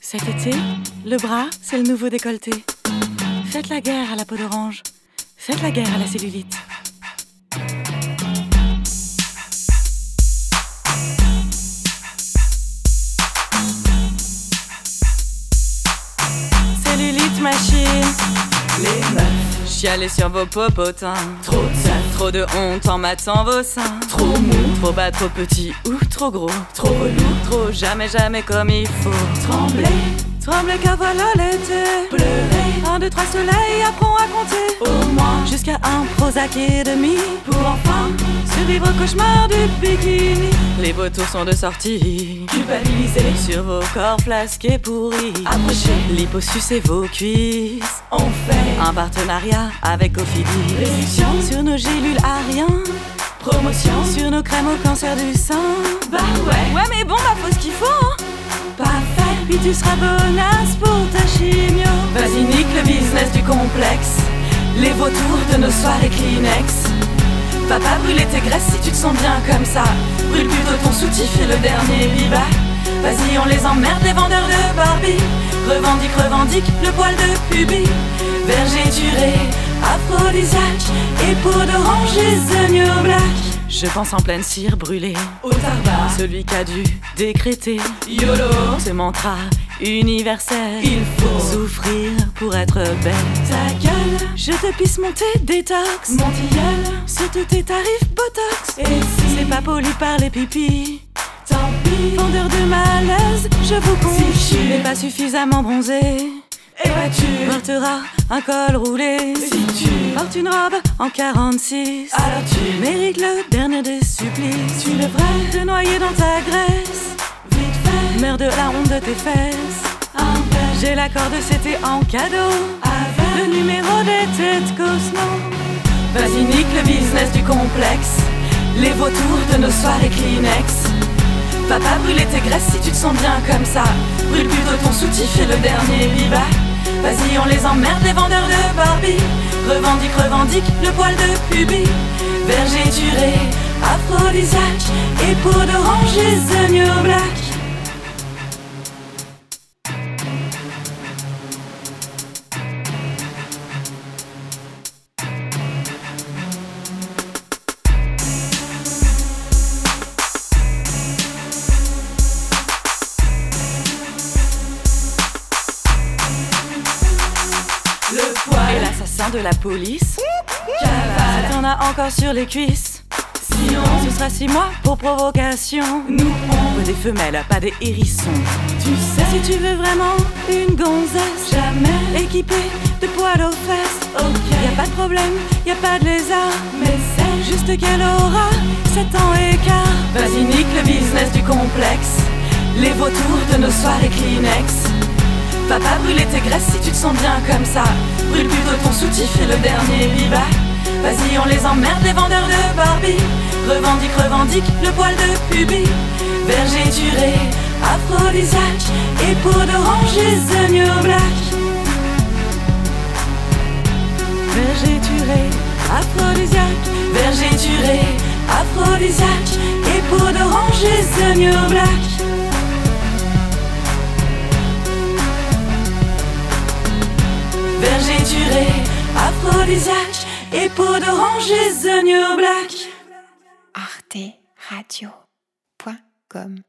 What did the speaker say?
Cet été, le bras, c'est le nouveau décolleté. Faites la guerre à la peau d'orange. Faites la guerre à la cellulite. Cellulite machine, Les meufs, chialez sur vos popotins. trop de seins, Trop de honte en matant vos seins. trop mou, Trop bas, trop petit ou trop gros. trop relou, Trop jamais, jamais comme il faut. trembler, Tremble car voilà l'été. pleurer, Un, deux, trois soleils, apprends à compter. au moins, Jusqu'à un Prozac et demi. pour enfin, Survivre au cauchemar du bikini. Les vautours sont de sortie. culpabiliser, Sur vos corps flasqués pourris. approcher, L'hyposus et vos cuisses. on fait, Un partenariat avec Ophidius. réduction, Sur nos gélules à rien. promotion, Sur nos crèmes au cancer du sein. bah ouais, Ouais mais bon bah faut ce qu'il faut hein parfait, Puis tu seras bonasse pour ta chimio vas-y nique le business du complexe, les vautours de nos soirées Kleenex. Va pas brûler tes graisses si tu te sens bien comme ça, brûle plutôt ton soutif et le dernier biba. Vas-y, on les emmerde, les vendeurs de Barbie. Revendique, revendique le poil de pubis. Vergéturé, aphrodisiaque et peau d'orange et the new black. Je pense en pleine cire brûlée Au tabac, Celui qu'a dû décréter YOLO, Ce mantra universel il faut Souffrir pour être belle ta gueule, Je te pisse monter détox mon tilleul, Sur tous tes tarifs botox et si C'est pas poli par les pipis tant pis, Vendeur de malaise, je vous Si confie je Tu n'es pas suffisamment bronzé et vas-tu, Portera un col roulé si tu, Porte une robe en 46 alors tu, mais Mérite le dernier des supplices tu le vrai, Te noyer dans ta graisse vite fait, Meurs de la honte de tes fesses un verre J'ai l'accord de c'était en cadeau avec. Le numéro des têtes Cosmo Vas-y, nique le business du complexe. Les vautours de nos soirées Kleenex. Va pas brûler tes graisses si tu te sens bien comme ça. Brûle plutôt ton soutif et le dernier biba. Vas-y, on les emmerde, les vendeurs de Barbie. Revendique, revendique le poil de pubis. Vergéturé, aphrodisiaque et peau d'orange et the new black. Le Et poil, l'assassin de la police cavale. T'en as encore sur les cuisses Si Ce on sera six mois pour provocation nous Faut on, des femelles, pas des hérissons tu sais, Si tu veux vraiment une gonzesse jamais. Équipée de poils aux fesses Y'a Ok, pas de problème, y a pas de lézard mais c'est Juste qu'elle aura 7 ans et quart Vas-y, nique le business du complexe. Les vautours de nos soirées Kleenex. Va pas brûler tes graisses si tu te sens bien comme ça. Brûle plutôt ton soutif et le dernier biba. Vas-y, on les emmerde, les vendeurs de Barbie. Revendique, revendique le poil de pubis. Vergéturé, aphrodisiaque et peau d'orange et the new black. Vergéturée, aphrodisiaque Vergéturé, aphrodisiaque et peau d'orange et the new black. Vergéturé, aphrodisiaque et peau d'orange et the new black. arteradio.com